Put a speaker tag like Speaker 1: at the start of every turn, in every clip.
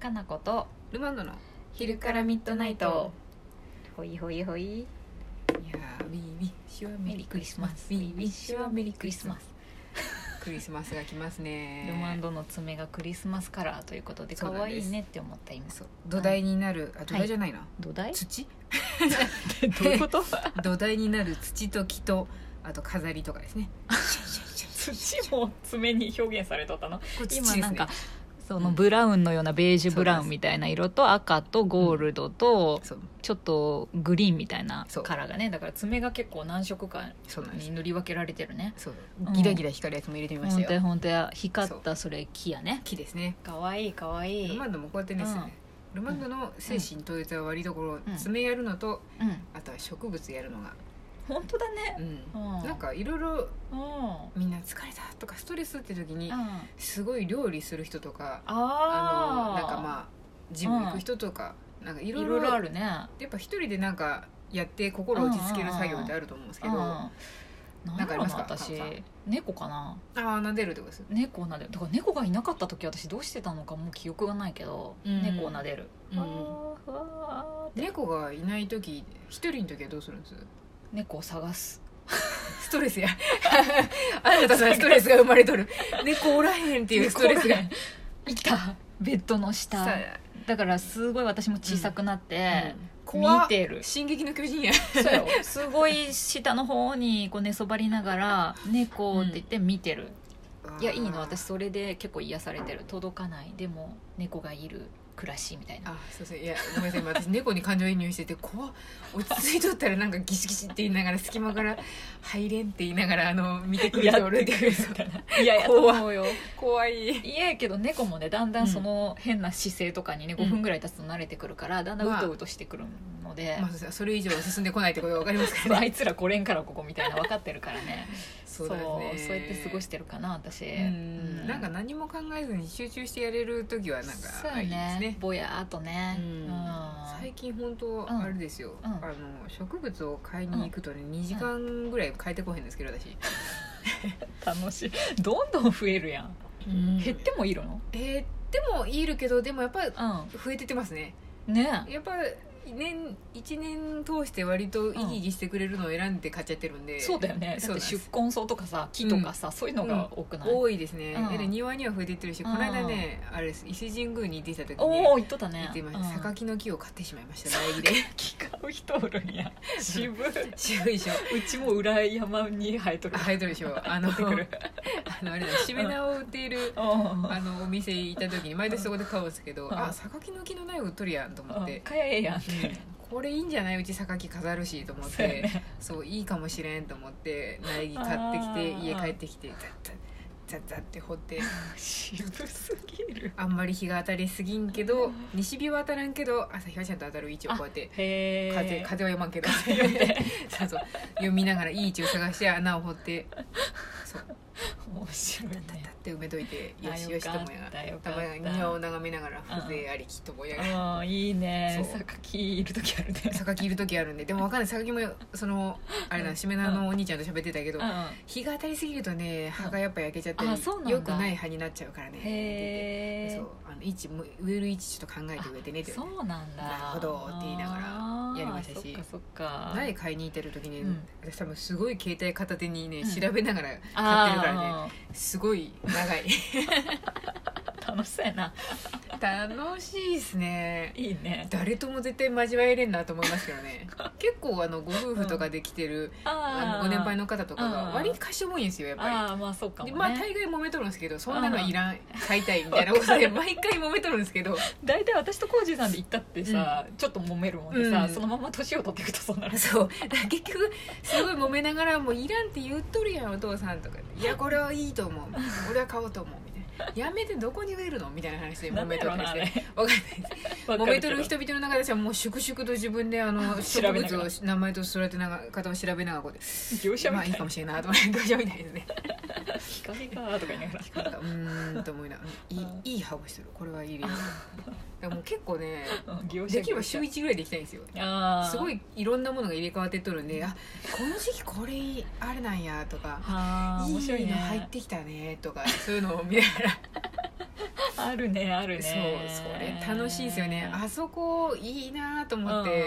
Speaker 1: かなこと
Speaker 2: ルマンドの
Speaker 1: 昼からミッドナイトほいほいほい
Speaker 2: いやーウィーウィッシュはメ
Speaker 1: メ
Speaker 2: リ
Speaker 1: リー
Speaker 2: ーク
Speaker 1: ク
Speaker 2: リ
Speaker 1: リ
Speaker 2: ス
Speaker 1: ス
Speaker 2: マ
Speaker 1: マ
Speaker 2: ス
Speaker 1: ス
Speaker 2: ウィーウィッシ
Speaker 1: シ
Speaker 2: ュ
Speaker 1: ュ
Speaker 2: は
Speaker 1: は
Speaker 2: メ
Speaker 1: メ
Speaker 2: リ
Speaker 1: リ
Speaker 2: ー
Speaker 1: ー
Speaker 2: ク
Speaker 1: ク
Speaker 2: リ
Speaker 1: リ
Speaker 2: ス
Speaker 1: ス
Speaker 2: マ
Speaker 1: マ
Speaker 2: ス
Speaker 1: ス
Speaker 2: クリスマスが来ますね
Speaker 1: ルマンドの爪がクリスマスカラーということで
Speaker 2: そ
Speaker 1: 可
Speaker 2: うなんで
Speaker 1: 愛
Speaker 2: す
Speaker 1: いねって思った 今
Speaker 2: そう土台になるあ土台じゃないな、
Speaker 1: 土台
Speaker 2: 土
Speaker 1: どういうこと
Speaker 2: 土台になる土と木とあと飾りとかで すね
Speaker 1: 土も爪に表現されと ったの
Speaker 2: これ土です
Speaker 1: 今
Speaker 2: ね
Speaker 1: なんかそうの
Speaker 2: ん
Speaker 1: ブラウンのようなベージュ
Speaker 2: そうです
Speaker 1: ブラウンみたいな色と赤とゴールドと
Speaker 2: そう
Speaker 1: ちょっとグリーンみたいな
Speaker 2: そう
Speaker 1: カラーがねだから爪が結構何色か
Speaker 2: そうなんです
Speaker 1: に塗り分けられてるね
Speaker 2: そう
Speaker 1: うん
Speaker 2: ギラギラ光るやつも入れてみま
Speaker 1: 本
Speaker 2: した
Speaker 1: 当や
Speaker 2: よ
Speaker 1: 本当や光ったそれ木やね
Speaker 2: 木ですね
Speaker 1: 可愛い可愛
Speaker 2: ル
Speaker 1: い
Speaker 2: マンドもこうやってね、
Speaker 1: うん
Speaker 2: ルマンドの精神統一は割りどころ、
Speaker 1: うん
Speaker 2: 爪やるのと
Speaker 1: うん
Speaker 2: あとは植物やるのが、
Speaker 1: 本当だね
Speaker 2: うん
Speaker 1: うん
Speaker 2: なんかいろいろ
Speaker 1: うんうん
Speaker 2: みんな疲れたとかストレスって時に
Speaker 1: あ
Speaker 2: すごい料理する人とかあ
Speaker 1: あ
Speaker 2: のなんか
Speaker 1: あ
Speaker 2: まあジム行く人とか、なんかい
Speaker 1: い
Speaker 2: ろい
Speaker 1: ろいろ
Speaker 2: ろ
Speaker 1: あるね
Speaker 2: やっぱ一人でなんかやって心落ち着ける作業ってあると思うんですけど、
Speaker 1: うん
Speaker 2: あな
Speaker 1: なんん
Speaker 2: か
Speaker 1: か
Speaker 2: あ
Speaker 1: あ
Speaker 2: り
Speaker 1: り
Speaker 2: ま
Speaker 1: ますす
Speaker 2: か
Speaker 1: か私
Speaker 2: カナさん
Speaker 1: 猫かな
Speaker 2: あー撫でるってことです
Speaker 1: 猫を撫でるだから猫がいなかった時私どうしてたのかもう記憶がないけど、
Speaker 2: うん
Speaker 1: 猫を撫でる、
Speaker 2: うん
Speaker 1: あーふわーって
Speaker 2: 猫がいない時一人の時はどうするんです
Speaker 1: 猫を探す
Speaker 2: スト レスや新たなストレスが生まれとる猫おらへんっていうストレスが
Speaker 1: 猫いたベッドの下
Speaker 2: さ
Speaker 1: だからすごい私も小さくなっ
Speaker 2: あ、
Speaker 1: て、
Speaker 2: 怖っ
Speaker 1: 見てる
Speaker 2: 進撃の巨人や
Speaker 1: そうよすごい下の方にこう寝そばりながら「猫」って言って見てる、いやいいの私それで結構癒されてる届かないでも猫がいる暮らしみたいな
Speaker 2: あすいませんいやごめんなさい今私猫に感情移入してて怖っ落ち着いとったらなんかギシギシって言いながら隙間から「入れん」って言いながらあの見てくる人おるっていうそう
Speaker 1: いやいやと思うよ
Speaker 2: 怖い
Speaker 1: いややけど猫もねだんだんその変な姿勢とかにね
Speaker 2: うん
Speaker 1: 5分ぐらい経つと慣れてくるからだんだんうとうとしてくるので、
Speaker 2: まあそうですねそれ以上は進んでこないってことが分かりますから
Speaker 1: あ
Speaker 2: ね
Speaker 1: いつらこれんからここみたいな分かってるからね
Speaker 2: そ う
Speaker 1: そう
Speaker 2: だね
Speaker 1: そうやって過ごしてるかな私
Speaker 2: うんなんか何も考えずに集中してやれる時はなん
Speaker 1: そう
Speaker 2: か
Speaker 1: よ
Speaker 2: いいです
Speaker 1: ね
Speaker 2: ね
Speaker 1: ぼやーっとね
Speaker 2: うん最近本当あれですよ、
Speaker 1: うん
Speaker 2: あの植物を買いに行くとね2時間ぐらい買えてこへんですけど私、
Speaker 1: 楽しい どんどん増えるやん減ってもいるの
Speaker 2: 減ってもいるけどでもやっぱ
Speaker 1: う
Speaker 2: 増えてってますね
Speaker 1: んね
Speaker 2: やっぱ年1年通して割と生き生きしてくれるのを選んで買っちゃってるんで、
Speaker 1: そうだよねだっ
Speaker 2: そうな
Speaker 1: て
Speaker 2: んです
Speaker 1: 宿根草とかさ木とかさ、そういうのが多くない、
Speaker 2: 多いですね、
Speaker 1: うん
Speaker 2: で庭には増えてってるし、
Speaker 1: うん
Speaker 2: この間ねあれです伊勢神宮に行ってきた時に
Speaker 1: おお言っとった
Speaker 2: 行
Speaker 1: ね
Speaker 2: ってま
Speaker 1: うん
Speaker 2: した榊の木を買ってしまいました苗木で
Speaker 1: 木買う人おるんや渋いう
Speaker 2: 渋いでしょ
Speaker 1: ちも裏山に生えとる
Speaker 2: あ生えとるでしょあのあのあれだしめ縄を売っている
Speaker 1: うん
Speaker 2: あのお店行った時に毎年そこで買うんですけど、
Speaker 1: うん
Speaker 2: あ榊の木の苗売っとるやんと思
Speaker 1: う
Speaker 2: っ
Speaker 1: ん
Speaker 2: て、
Speaker 1: かやええやんって、
Speaker 2: これいいんじゃないうち榊飾るしと思っ
Speaker 1: そうや
Speaker 2: て
Speaker 1: ね
Speaker 2: そう,、いいかもしれんと思って苗木買ってき
Speaker 1: あ
Speaker 2: て
Speaker 1: ー
Speaker 2: 家帰ってきてザッザッザッザッって掘って
Speaker 1: 渋すぎる
Speaker 2: あんまり日が当たりすぎんけど西日は当たらんけど朝日はちゃんと当たる位置をこうやって
Speaker 1: へえ
Speaker 2: 風風は読まんけど
Speaker 1: 読んで
Speaker 2: そうそう読みながらいい位置を探して穴を掘ってそう
Speaker 1: 面白いね
Speaker 2: だって埋めといてよし
Speaker 1: あ
Speaker 2: よしとも
Speaker 1: よか
Speaker 2: や
Speaker 1: ったよか
Speaker 2: た
Speaker 1: っ
Speaker 2: ま
Speaker 1: た
Speaker 2: に庭を眺めながら風情ありきともやがら
Speaker 1: うんいいね
Speaker 2: そう
Speaker 1: 榊いる時あるね
Speaker 2: 榊いる時あるんででもわかんない榊もそのあれ
Speaker 1: う
Speaker 2: だ
Speaker 1: ん
Speaker 2: しめ縄のお兄ちゃんと喋ってたけど
Speaker 1: う
Speaker 2: 日が当たりすぎるとね葉がやっぱ焼けちゃった
Speaker 1: あそうなんだ
Speaker 2: りよくない葉になっちゃうからね
Speaker 1: ん
Speaker 2: って言
Speaker 1: へ
Speaker 2: って
Speaker 1: え
Speaker 2: そうあの位置も植える位置ちょっと考えて植えてねって
Speaker 1: そうなんだ
Speaker 2: なるほどって言いながらやりましたし
Speaker 1: あーそっかそっか
Speaker 2: 苗買いに行ってる時に、
Speaker 1: うん
Speaker 2: 私多分すごい携帯片手にね、
Speaker 1: うん
Speaker 2: 調べながら買ってるからね
Speaker 1: あ
Speaker 2: すごい長い
Speaker 1: ー楽しそうやな
Speaker 2: 楽しいですね
Speaker 1: いいね
Speaker 2: 誰とも絶対交われれんなと思いますけ どね結構あのご夫婦とかで来てる、あのご年配の方とかが
Speaker 1: うん
Speaker 2: 割に貸してもいいんですよやっぱり
Speaker 1: ああまあそうかも、
Speaker 2: で
Speaker 1: ね
Speaker 2: まあ大概揉めとるんですけどそんなのいらん買いたいみたいなことで毎回揉めとるんですけど
Speaker 1: 大体私と浩二さんで行ったってさ、ちょっと揉めるもんでさ、
Speaker 2: うん
Speaker 1: そのまま年を取っていくとそう なる
Speaker 2: そうだから結局すごい揉めながらもういらんって言っとるやんお父さんとかいやこれはいいと思う俺は買おうと思うみたいなやめてどこに植えるのみたいな話で揉めとるんで
Speaker 1: なんだろうなあ
Speaker 2: すね
Speaker 1: れ
Speaker 2: わかんないです 揉めとる人々の中ではもう粛々と自分であの植
Speaker 1: 調べながら
Speaker 2: 物を名前と育てながら方を調べながらこうや
Speaker 1: 業
Speaker 2: って
Speaker 1: 者みた
Speaker 2: まあ
Speaker 1: い
Speaker 2: いい
Speaker 1: な
Speaker 2: かもしれんないと思って 業者みたいですね
Speaker 1: ピカピカとか言いながら
Speaker 2: なんかうーんと思いながらいいいい羽をしてるこれはい いよだからもう結構ね
Speaker 1: うん業者
Speaker 2: できれば週1ぐらいで行きたいんですよ
Speaker 1: ああ
Speaker 2: すごいいろんなものが入れ替わってっとるんであこの時期これあれなんやとか
Speaker 1: はあ面白い
Speaker 2: い
Speaker 1: ね
Speaker 2: の入ってきたねとかそういうのを見ながら
Speaker 1: あるねある
Speaker 2: そう
Speaker 1: ね
Speaker 2: それ楽しいですよねあそこいいなと思って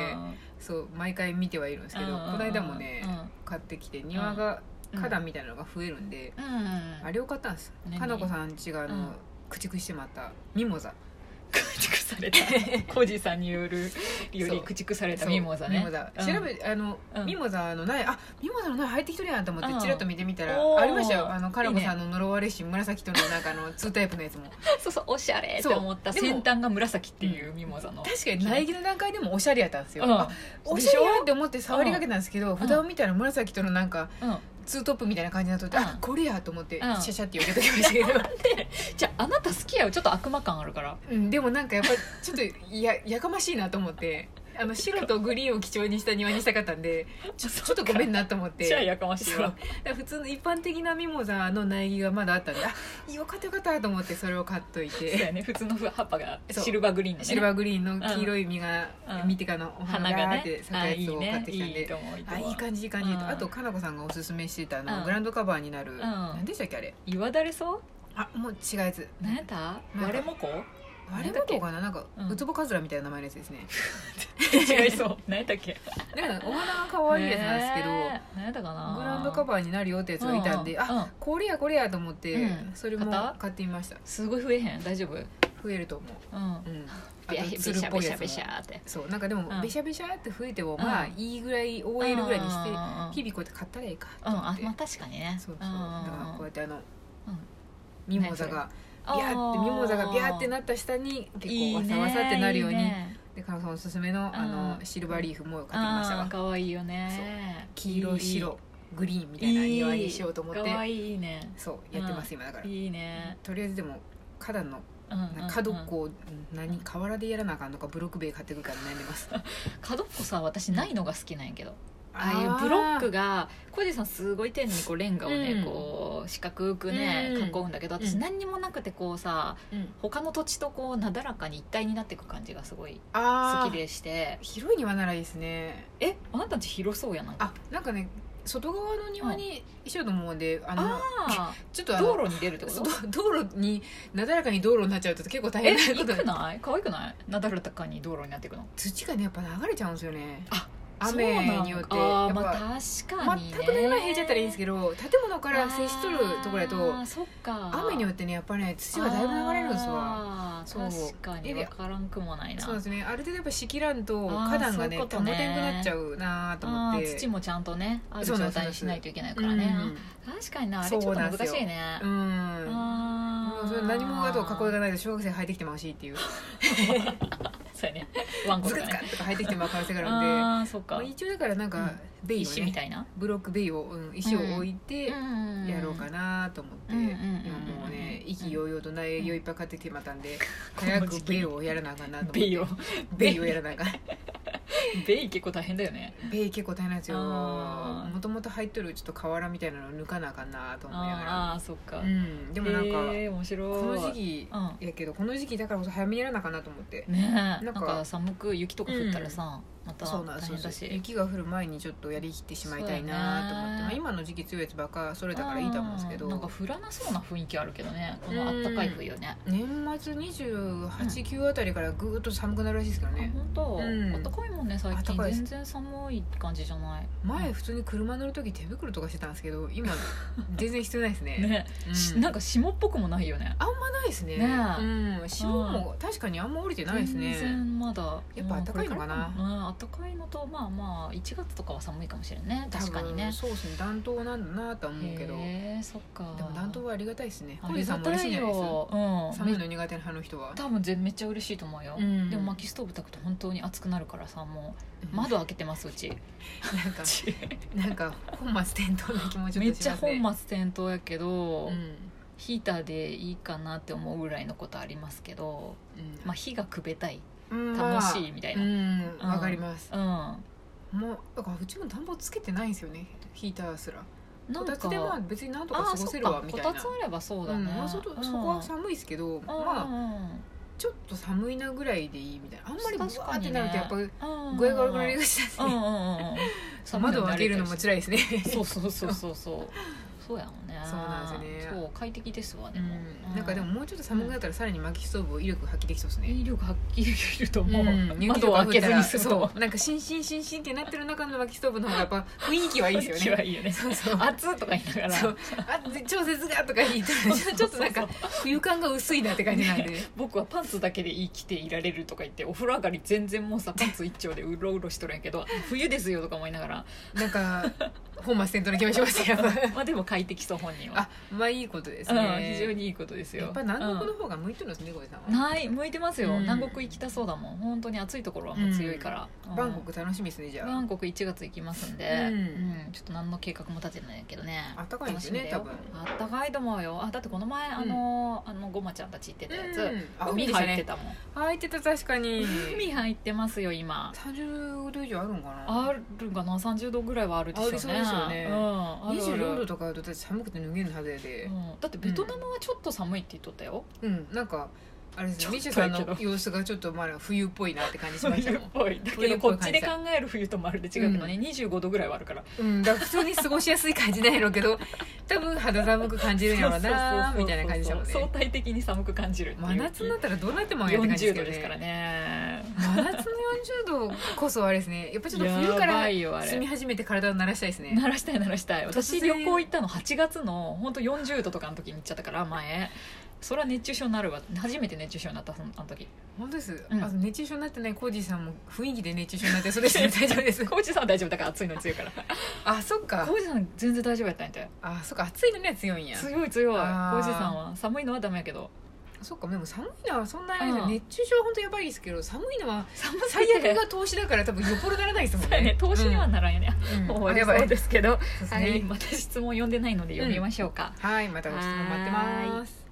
Speaker 2: そう毎回見てはいるんですけどこの間もね買ってきて庭が
Speaker 1: うん
Speaker 2: 花壇みたいなのが増えるんで
Speaker 1: うん、うん、
Speaker 2: あれを買ったんです
Speaker 1: 何
Speaker 2: 花子さんちがあ
Speaker 1: うん
Speaker 2: の駆逐してまったミモザ
Speaker 1: 駆逐され たコージさんによるより駆逐された
Speaker 2: そう
Speaker 1: ミモザね
Speaker 2: ミモザ調べあの
Speaker 1: うん
Speaker 2: ミモザの苗あミモザの苗入ってきとるやんと思って
Speaker 1: うん
Speaker 2: チラッと見てみたら
Speaker 1: おー
Speaker 2: ありましたよあの花
Speaker 1: い
Speaker 2: 子
Speaker 1: いね
Speaker 2: さんの呪われし紫とのなんかあ の2タイプのやつも
Speaker 1: そうそうおしゃれって思った
Speaker 2: そうで
Speaker 1: 先
Speaker 2: も
Speaker 1: 端が紫っていうミモザの、
Speaker 2: 確かに苗木の段階でもおしゃれやったんですよ
Speaker 1: うん
Speaker 2: あおしゃれやんって思って触りかけたんですけど札を見たら紫とのなんか
Speaker 1: うん、
Speaker 2: ツートップみたいな感じになっとって、
Speaker 1: うん
Speaker 2: あこれやと思っ
Speaker 1: う
Speaker 2: て
Speaker 1: ん
Speaker 2: シャシャって避けときましたけど、
Speaker 1: じゃああなた好きやよちょっと悪魔感あるから
Speaker 2: うん、でもなんかやっぱりちょっとややかましいなと思ってあの白とグリーンを基調にした庭にしたかったんで ちょちょっとごめんなと思って
Speaker 1: じゃあやかましい
Speaker 2: そうだ
Speaker 1: わ
Speaker 2: から普通の一般的なミモザの苗木がまだあったんであよかったよかったと思ってそれを買っとい
Speaker 1: そうや
Speaker 2: て
Speaker 1: ね普通の葉っぱが
Speaker 2: そう
Speaker 1: シルバーグリーンのね
Speaker 2: シルバーグリーンの黄色い実が、
Speaker 1: うん
Speaker 2: 見てかのお花
Speaker 1: 花が
Speaker 2: がー
Speaker 1: ね
Speaker 2: って咲く
Speaker 1: あ
Speaker 2: や
Speaker 1: い
Speaker 2: つ
Speaker 1: い
Speaker 2: を買っ
Speaker 1: ね
Speaker 2: てきたんで
Speaker 1: いいと思ういいと
Speaker 2: あ
Speaker 1: 思う
Speaker 2: いい感じいい感じ、
Speaker 1: うん
Speaker 2: あとかなこさんがおすすめしてたあの、
Speaker 1: うん
Speaker 2: グランドカバーになる、
Speaker 1: ん
Speaker 2: なん、でしたっけあれ
Speaker 1: 言わだれそう
Speaker 2: あもう違うやつ
Speaker 1: 何やった
Speaker 2: なんか
Speaker 1: 割れもこ
Speaker 2: 割れ物かななんか、
Speaker 1: うん
Speaker 2: ウツボカズラみたいな名前のやつですね
Speaker 1: 違いそう 何やったっけ
Speaker 2: なんかお花が可愛いやつなんですけど、
Speaker 1: ねえ何やったかな
Speaker 2: グランドカバーになるよってやつがいたんで、
Speaker 1: うんうん
Speaker 2: あ、これやこれやと思って、
Speaker 1: うん
Speaker 2: それも
Speaker 1: 買った
Speaker 2: 買ってみました
Speaker 1: すごい増えへん大丈夫うん
Speaker 2: 増えると思ううんあ
Speaker 1: ビャ
Speaker 2: と
Speaker 1: ヒビシ
Speaker 2: つるっ
Speaker 1: ャ
Speaker 2: ぽ
Speaker 1: ビ
Speaker 2: い
Speaker 1: シャビシャ
Speaker 2: やつも
Speaker 1: って
Speaker 2: そうなんかでも、
Speaker 1: うん
Speaker 2: べしゃべしゃって増えても
Speaker 1: うん
Speaker 2: まあいいぐらい OL ぐらいにして、
Speaker 1: うんうんうんうん
Speaker 2: 日々こうやって買ったらいいか
Speaker 1: うん
Speaker 2: と思っ
Speaker 1: あ
Speaker 2: て、
Speaker 1: まあ確かにね
Speaker 2: そうそうだ
Speaker 1: んん
Speaker 2: からこうやってあの、
Speaker 1: うん
Speaker 2: ミモザがビャーってミモザがビャーってなった下に結
Speaker 1: いい
Speaker 2: 構わ
Speaker 1: ね
Speaker 2: さわさってなるように
Speaker 1: いいね
Speaker 2: でかのさんおすすめのあの、
Speaker 1: うん
Speaker 2: シルバーリーフも買ってきました
Speaker 1: あ
Speaker 2: わ
Speaker 1: ーかわいいよね
Speaker 2: 黄色白グリーンみたいな庭にしようと思って
Speaker 1: いいかわいいね
Speaker 2: そうやってます今だから
Speaker 1: いいね
Speaker 2: とりあえずでも花壇の
Speaker 1: うんうんうん
Speaker 2: 角っこを何河原でやらなあかんのかブロック塀買ってくるから悩んでます
Speaker 1: 角っこさ私ないのが好きなんやけどああいうブロックが小路さんすごい丁寧にこうレンガをね、
Speaker 2: うん
Speaker 1: こう四角くね、
Speaker 2: うん
Speaker 1: 囲うんだけど
Speaker 2: う
Speaker 1: 私
Speaker 2: ん
Speaker 1: 何にもなくてこうさ
Speaker 2: うん
Speaker 1: 他の土地とこうなだらかに一体になっていく感じがすごい
Speaker 2: あ
Speaker 1: 好
Speaker 2: ー
Speaker 1: きでして
Speaker 2: 広い庭ならいいですね
Speaker 1: えあなたんち広そうやな
Speaker 2: あなんかね外側の庭にしようと思うんで、あの
Speaker 1: あ
Speaker 2: ちょっと
Speaker 1: ー
Speaker 2: あの
Speaker 1: 道路に出るってこ
Speaker 2: そ
Speaker 1: と
Speaker 2: う道路になだらかに道路になっちゃうと結構大
Speaker 1: え
Speaker 2: 変な
Speaker 1: 行
Speaker 2: こと
Speaker 1: くない可愛くないなだらかに道路になっていくの
Speaker 2: 土がねやっぱ流れちゃうんですよね
Speaker 1: あ
Speaker 2: 雨によって
Speaker 1: そうなんあー
Speaker 2: やっ
Speaker 1: ま
Speaker 2: ぱ
Speaker 1: あ確かに、ね、
Speaker 2: 全く何も平地だったらいいんですけ
Speaker 1: ど
Speaker 2: ど建物から接しとるところだと
Speaker 1: そっか
Speaker 2: 雨によ
Speaker 1: っ
Speaker 2: ってねやっぱね土がだいぶ流れるんですわ
Speaker 1: わ
Speaker 2: そう
Speaker 1: 確かに分からんくもないな
Speaker 2: そうですねある程度やっぱ仕切らんと
Speaker 1: あー
Speaker 2: 花壇が
Speaker 1: そう
Speaker 2: ね
Speaker 1: いう
Speaker 2: 保
Speaker 1: こ
Speaker 2: て
Speaker 1: と
Speaker 2: んく
Speaker 1: ね
Speaker 2: なっちゃうなと思
Speaker 1: あ
Speaker 2: っ
Speaker 1: ー
Speaker 2: て
Speaker 1: 土もちゃんとねある状態にしないといけないからね確かになあれちょっ
Speaker 2: そ
Speaker 1: と
Speaker 2: うなんですよ
Speaker 1: 難しいね
Speaker 2: うん、うん
Speaker 1: あ
Speaker 2: もうそれ何もあと囲いがないで小学生入ってきてもほしいっていう
Speaker 1: そうやねワンコ
Speaker 2: ズ
Speaker 1: とか
Speaker 2: カズカ
Speaker 1: ね
Speaker 2: とか入ってきてもらう可能性があるんで
Speaker 1: ああそっ
Speaker 2: ま
Speaker 1: か
Speaker 2: あ、一応だからなんかベイを
Speaker 1: 石み
Speaker 2: ね
Speaker 1: たいな
Speaker 2: ブロックベイを、うん、石を置いてや
Speaker 1: や
Speaker 2: ろうかなと思って、
Speaker 1: うんうん
Speaker 2: 今もうね
Speaker 1: うん
Speaker 2: 意気揚々と苗木をいっぱい買ってきてまたんで、
Speaker 1: うん
Speaker 2: 早くベイをやらなあかんなと思って
Speaker 1: ベイを
Speaker 2: ベイをやらなあかん
Speaker 1: ベイ結構大変だよね
Speaker 2: ベイ結構大変なんですよ
Speaker 1: あー
Speaker 2: もともと入っとるちょっと瓦みたいなの抜かなあかんなと思いながら
Speaker 1: あーあーそっか
Speaker 2: うんでもなんか、
Speaker 1: へー面白い
Speaker 2: この時期
Speaker 1: うん
Speaker 2: やけどこの時期だからこそ早めにやらなあかんなと思って、
Speaker 1: ねえな
Speaker 2: な
Speaker 1: んん
Speaker 2: か
Speaker 1: か寒く雪とか降ったらさまた
Speaker 2: そうなん
Speaker 1: 大
Speaker 2: ですよ
Speaker 1: 変だし
Speaker 2: 雪が降る前にちょっとやりきってしまいたいなと思って、
Speaker 1: そうやね
Speaker 2: まあ、今の時期強いやつばっかそれだからいいと思うんですけど
Speaker 1: あーなんか降らなそうな雰囲気あるけどねこのあったかい冬ね
Speaker 2: 年末289、9あたりからぐーっと寒くなるらしいですけど
Speaker 1: あ
Speaker 2: ね、
Speaker 1: 本当、
Speaker 2: うん
Speaker 1: あったかいもんね最
Speaker 2: 暖
Speaker 1: 近
Speaker 2: かいです
Speaker 1: 全然寒い感じじゃない
Speaker 2: 前普通に車乗る時手袋とかしてたんですけ ど今全然必要ないですね
Speaker 1: ね、
Speaker 2: うん
Speaker 1: しなんか霜っぽくもないよね
Speaker 2: あんまないですね
Speaker 1: ね
Speaker 2: うん霜も確かにあんま降りてないですね
Speaker 1: 全然まだ
Speaker 2: やっぱ暖かいのかな
Speaker 1: うんこれらもうんあったかいのとまあまあ1月とかは寒いかもしれんね
Speaker 2: 多分
Speaker 1: 確かにね
Speaker 2: そうですね暖冬なんだなとは思うけどで
Speaker 1: へえそっか
Speaker 2: も暖冬はありがたいですね
Speaker 1: あ
Speaker 2: 小
Speaker 1: り
Speaker 2: 西さ
Speaker 1: が
Speaker 2: んも嬉
Speaker 1: た
Speaker 2: しいん
Speaker 1: い
Speaker 2: じゃないです
Speaker 1: よ、うん、
Speaker 2: 寒いの苦手な派の人は
Speaker 1: 多分ぜめっちゃ嬉しいと思うよ、
Speaker 2: うん
Speaker 1: でも薪ストーブ炊くと本当に暑くなるからさもう
Speaker 2: ま
Speaker 1: 窓開けてますうち
Speaker 2: なんかなんか本末転倒な気持ち
Speaker 1: め
Speaker 2: ょ
Speaker 1: っ
Speaker 2: と
Speaker 1: ち
Speaker 2: し
Speaker 1: ゃ
Speaker 2: ますね
Speaker 1: 本末転倒やけど、
Speaker 2: うん
Speaker 1: ヒーターでいいかなって思うぐらいのことありますけど、
Speaker 2: うん
Speaker 1: まあ、火がくべたい
Speaker 2: うんまあ
Speaker 1: 楽しいみたいな、
Speaker 2: うん
Speaker 1: うん
Speaker 2: わかります
Speaker 1: うん
Speaker 2: もうだからうちも暖房つけてないんですよねヒーターすら
Speaker 1: な
Speaker 2: こ
Speaker 1: ん
Speaker 2: た
Speaker 1: か
Speaker 2: つでまあ別になんとか
Speaker 1: あ
Speaker 2: 過
Speaker 1: あ
Speaker 2: ご
Speaker 1: そ
Speaker 2: せ
Speaker 1: っ
Speaker 2: るわ
Speaker 1: か
Speaker 2: み
Speaker 1: こ
Speaker 2: たい
Speaker 1: た
Speaker 2: な
Speaker 1: つあればそうだ
Speaker 2: うん
Speaker 1: ね、
Speaker 2: まあそそこは寒いですけどまあちょっと寒いなぐらいでいいみたいなあんまりブワーってなるとやっぱ
Speaker 1: ぱ
Speaker 2: 具合が悪くなりがちなんです
Speaker 1: うんうんう
Speaker 2: ね
Speaker 1: んうん
Speaker 2: 窓を開けるのも
Speaker 1: そう
Speaker 2: 辛いですね
Speaker 1: そうそうそうそうそうやもんね
Speaker 2: そうなんですよね
Speaker 1: そう快適ですわ
Speaker 2: う
Speaker 1: でも、
Speaker 2: ん、なんかでももうちょっと寒くなったらさらに薪ストーブを威力発揮できそうですね、
Speaker 1: 威力発揮できると
Speaker 2: う
Speaker 1: 思う、
Speaker 2: ん
Speaker 1: 窓を開けずにすると
Speaker 2: そうなんかシンシンシンシンってなってる中の薪ストーブの方がやっぱ雰囲気はいいです
Speaker 1: 気
Speaker 2: よ
Speaker 1: は
Speaker 2: ね
Speaker 1: いいよね
Speaker 2: そうそう
Speaker 1: 熱っとか言いながら
Speaker 2: そうあ超絶がとか言ったらちょっとなんか冬感が薄いなって感じなんで
Speaker 1: 僕はパンツだけで生きていられるとか言ってお風呂上がり全然もうさパンツ一丁でうろうろしとるんやけ ど冬ですよとか思いながら
Speaker 2: なんか本末転倒な気もし ましたけど
Speaker 1: まあでも快適そう本人は
Speaker 2: あまあいいことです
Speaker 1: うん、
Speaker 2: ね
Speaker 1: 非常にいいことですよ
Speaker 2: やっぱ南国の方が向いてるんですね、ゴイさ
Speaker 1: うん
Speaker 2: んは
Speaker 1: ない向いてますよ、
Speaker 2: うん
Speaker 1: 南国行きたそうだもん本当に暑いところはもう強いから、うん
Speaker 2: バンコク楽しみですねじゃあ、
Speaker 1: バンコク1月行きますんで、
Speaker 2: うん
Speaker 1: うんちょっと何の計画も立ててないけどね
Speaker 2: あったかいんですよね
Speaker 1: 楽しみだよあったかいと思うよあだってこの前、あのあのごまちゃんたち行ってたやつ、
Speaker 2: うんあ海
Speaker 1: 海
Speaker 2: でした
Speaker 1: 入って
Speaker 2: ね
Speaker 1: たもん、
Speaker 2: 入ってた確かに
Speaker 1: 海入ってますよ今
Speaker 2: 30度以上あるんかな
Speaker 1: あるんかな30度ぐらいはあるでしょうね
Speaker 2: ありそうですよね
Speaker 1: うん、あるある
Speaker 2: 24度とかだと私寒くて脱げるはずや
Speaker 1: う
Speaker 2: で
Speaker 1: ん、だってベトナムはちょっと寒いって言っとったよ、
Speaker 2: うん、なんかあれですねミシ
Speaker 1: ちょ
Speaker 2: ュ
Speaker 1: っとや
Speaker 2: さん
Speaker 1: けど
Speaker 2: の様子がちょっとまだ冬っぽいなって感じしました
Speaker 1: 冬っ
Speaker 2: もん
Speaker 1: ぽいだけ
Speaker 2: 冬
Speaker 1: ど
Speaker 2: っぽ
Speaker 1: こ
Speaker 2: い
Speaker 1: っちで考える冬とまるで違うけどね、25度ぐらいはあるから
Speaker 2: うん、だから普通に過ごしやすい感じなんやろうけど多分肌寒く感じるんやろうなみたいな感じだもん
Speaker 1: 相
Speaker 2: ね
Speaker 1: 対的に寒く感じるっていう
Speaker 2: 真夏になったらどうなってもんやって感じ
Speaker 1: 40度
Speaker 2: で
Speaker 1: です
Speaker 2: すけ
Speaker 1: か
Speaker 2: ど
Speaker 1: ら
Speaker 2: ね
Speaker 1: ね
Speaker 2: 真夏の40度こそあれですねやっぱちょっと冬か
Speaker 1: や
Speaker 2: ら
Speaker 1: ばいよあれ
Speaker 2: 住み始めて体を慣らしたいですね
Speaker 1: 鳴らしたい鳴らしたい私
Speaker 2: 突然
Speaker 1: 旅行行ったの8月の本当40度とかの時に行っちゃったから前それは熱中症になるわ初めて熱中症になったそのあの時
Speaker 2: 本当です、
Speaker 1: うん
Speaker 2: あと熱中症になってないコージーさんも雰囲気で熱中症になってそうですね大丈 夫です
Speaker 1: 浩二さんは大丈夫だから暑いの強いから
Speaker 2: あそっか
Speaker 1: 浩二さん全然大丈夫やったんやて
Speaker 2: あそっか暑いのには強いんや
Speaker 1: 強い強い浩二
Speaker 2: あー
Speaker 1: さんは寒いのはダメやけど
Speaker 2: そっかでも寒いのはそんなあれです
Speaker 1: うん
Speaker 2: 熱中症は本当やばいですけど寒いのは
Speaker 1: 寒す
Speaker 2: 最
Speaker 1: ぎて
Speaker 2: 悪が投資だから多分よっぽどならないですもん
Speaker 1: そうやね
Speaker 2: ね
Speaker 1: 投資には
Speaker 2: な
Speaker 1: ならんよね、もう 終
Speaker 2: や
Speaker 1: わ
Speaker 2: ば
Speaker 1: り
Speaker 2: い
Speaker 1: そうですけど
Speaker 2: そうです
Speaker 1: はい
Speaker 2: ね
Speaker 1: また質問読んでないので読みましょうか、
Speaker 2: はいまたご質問待ってます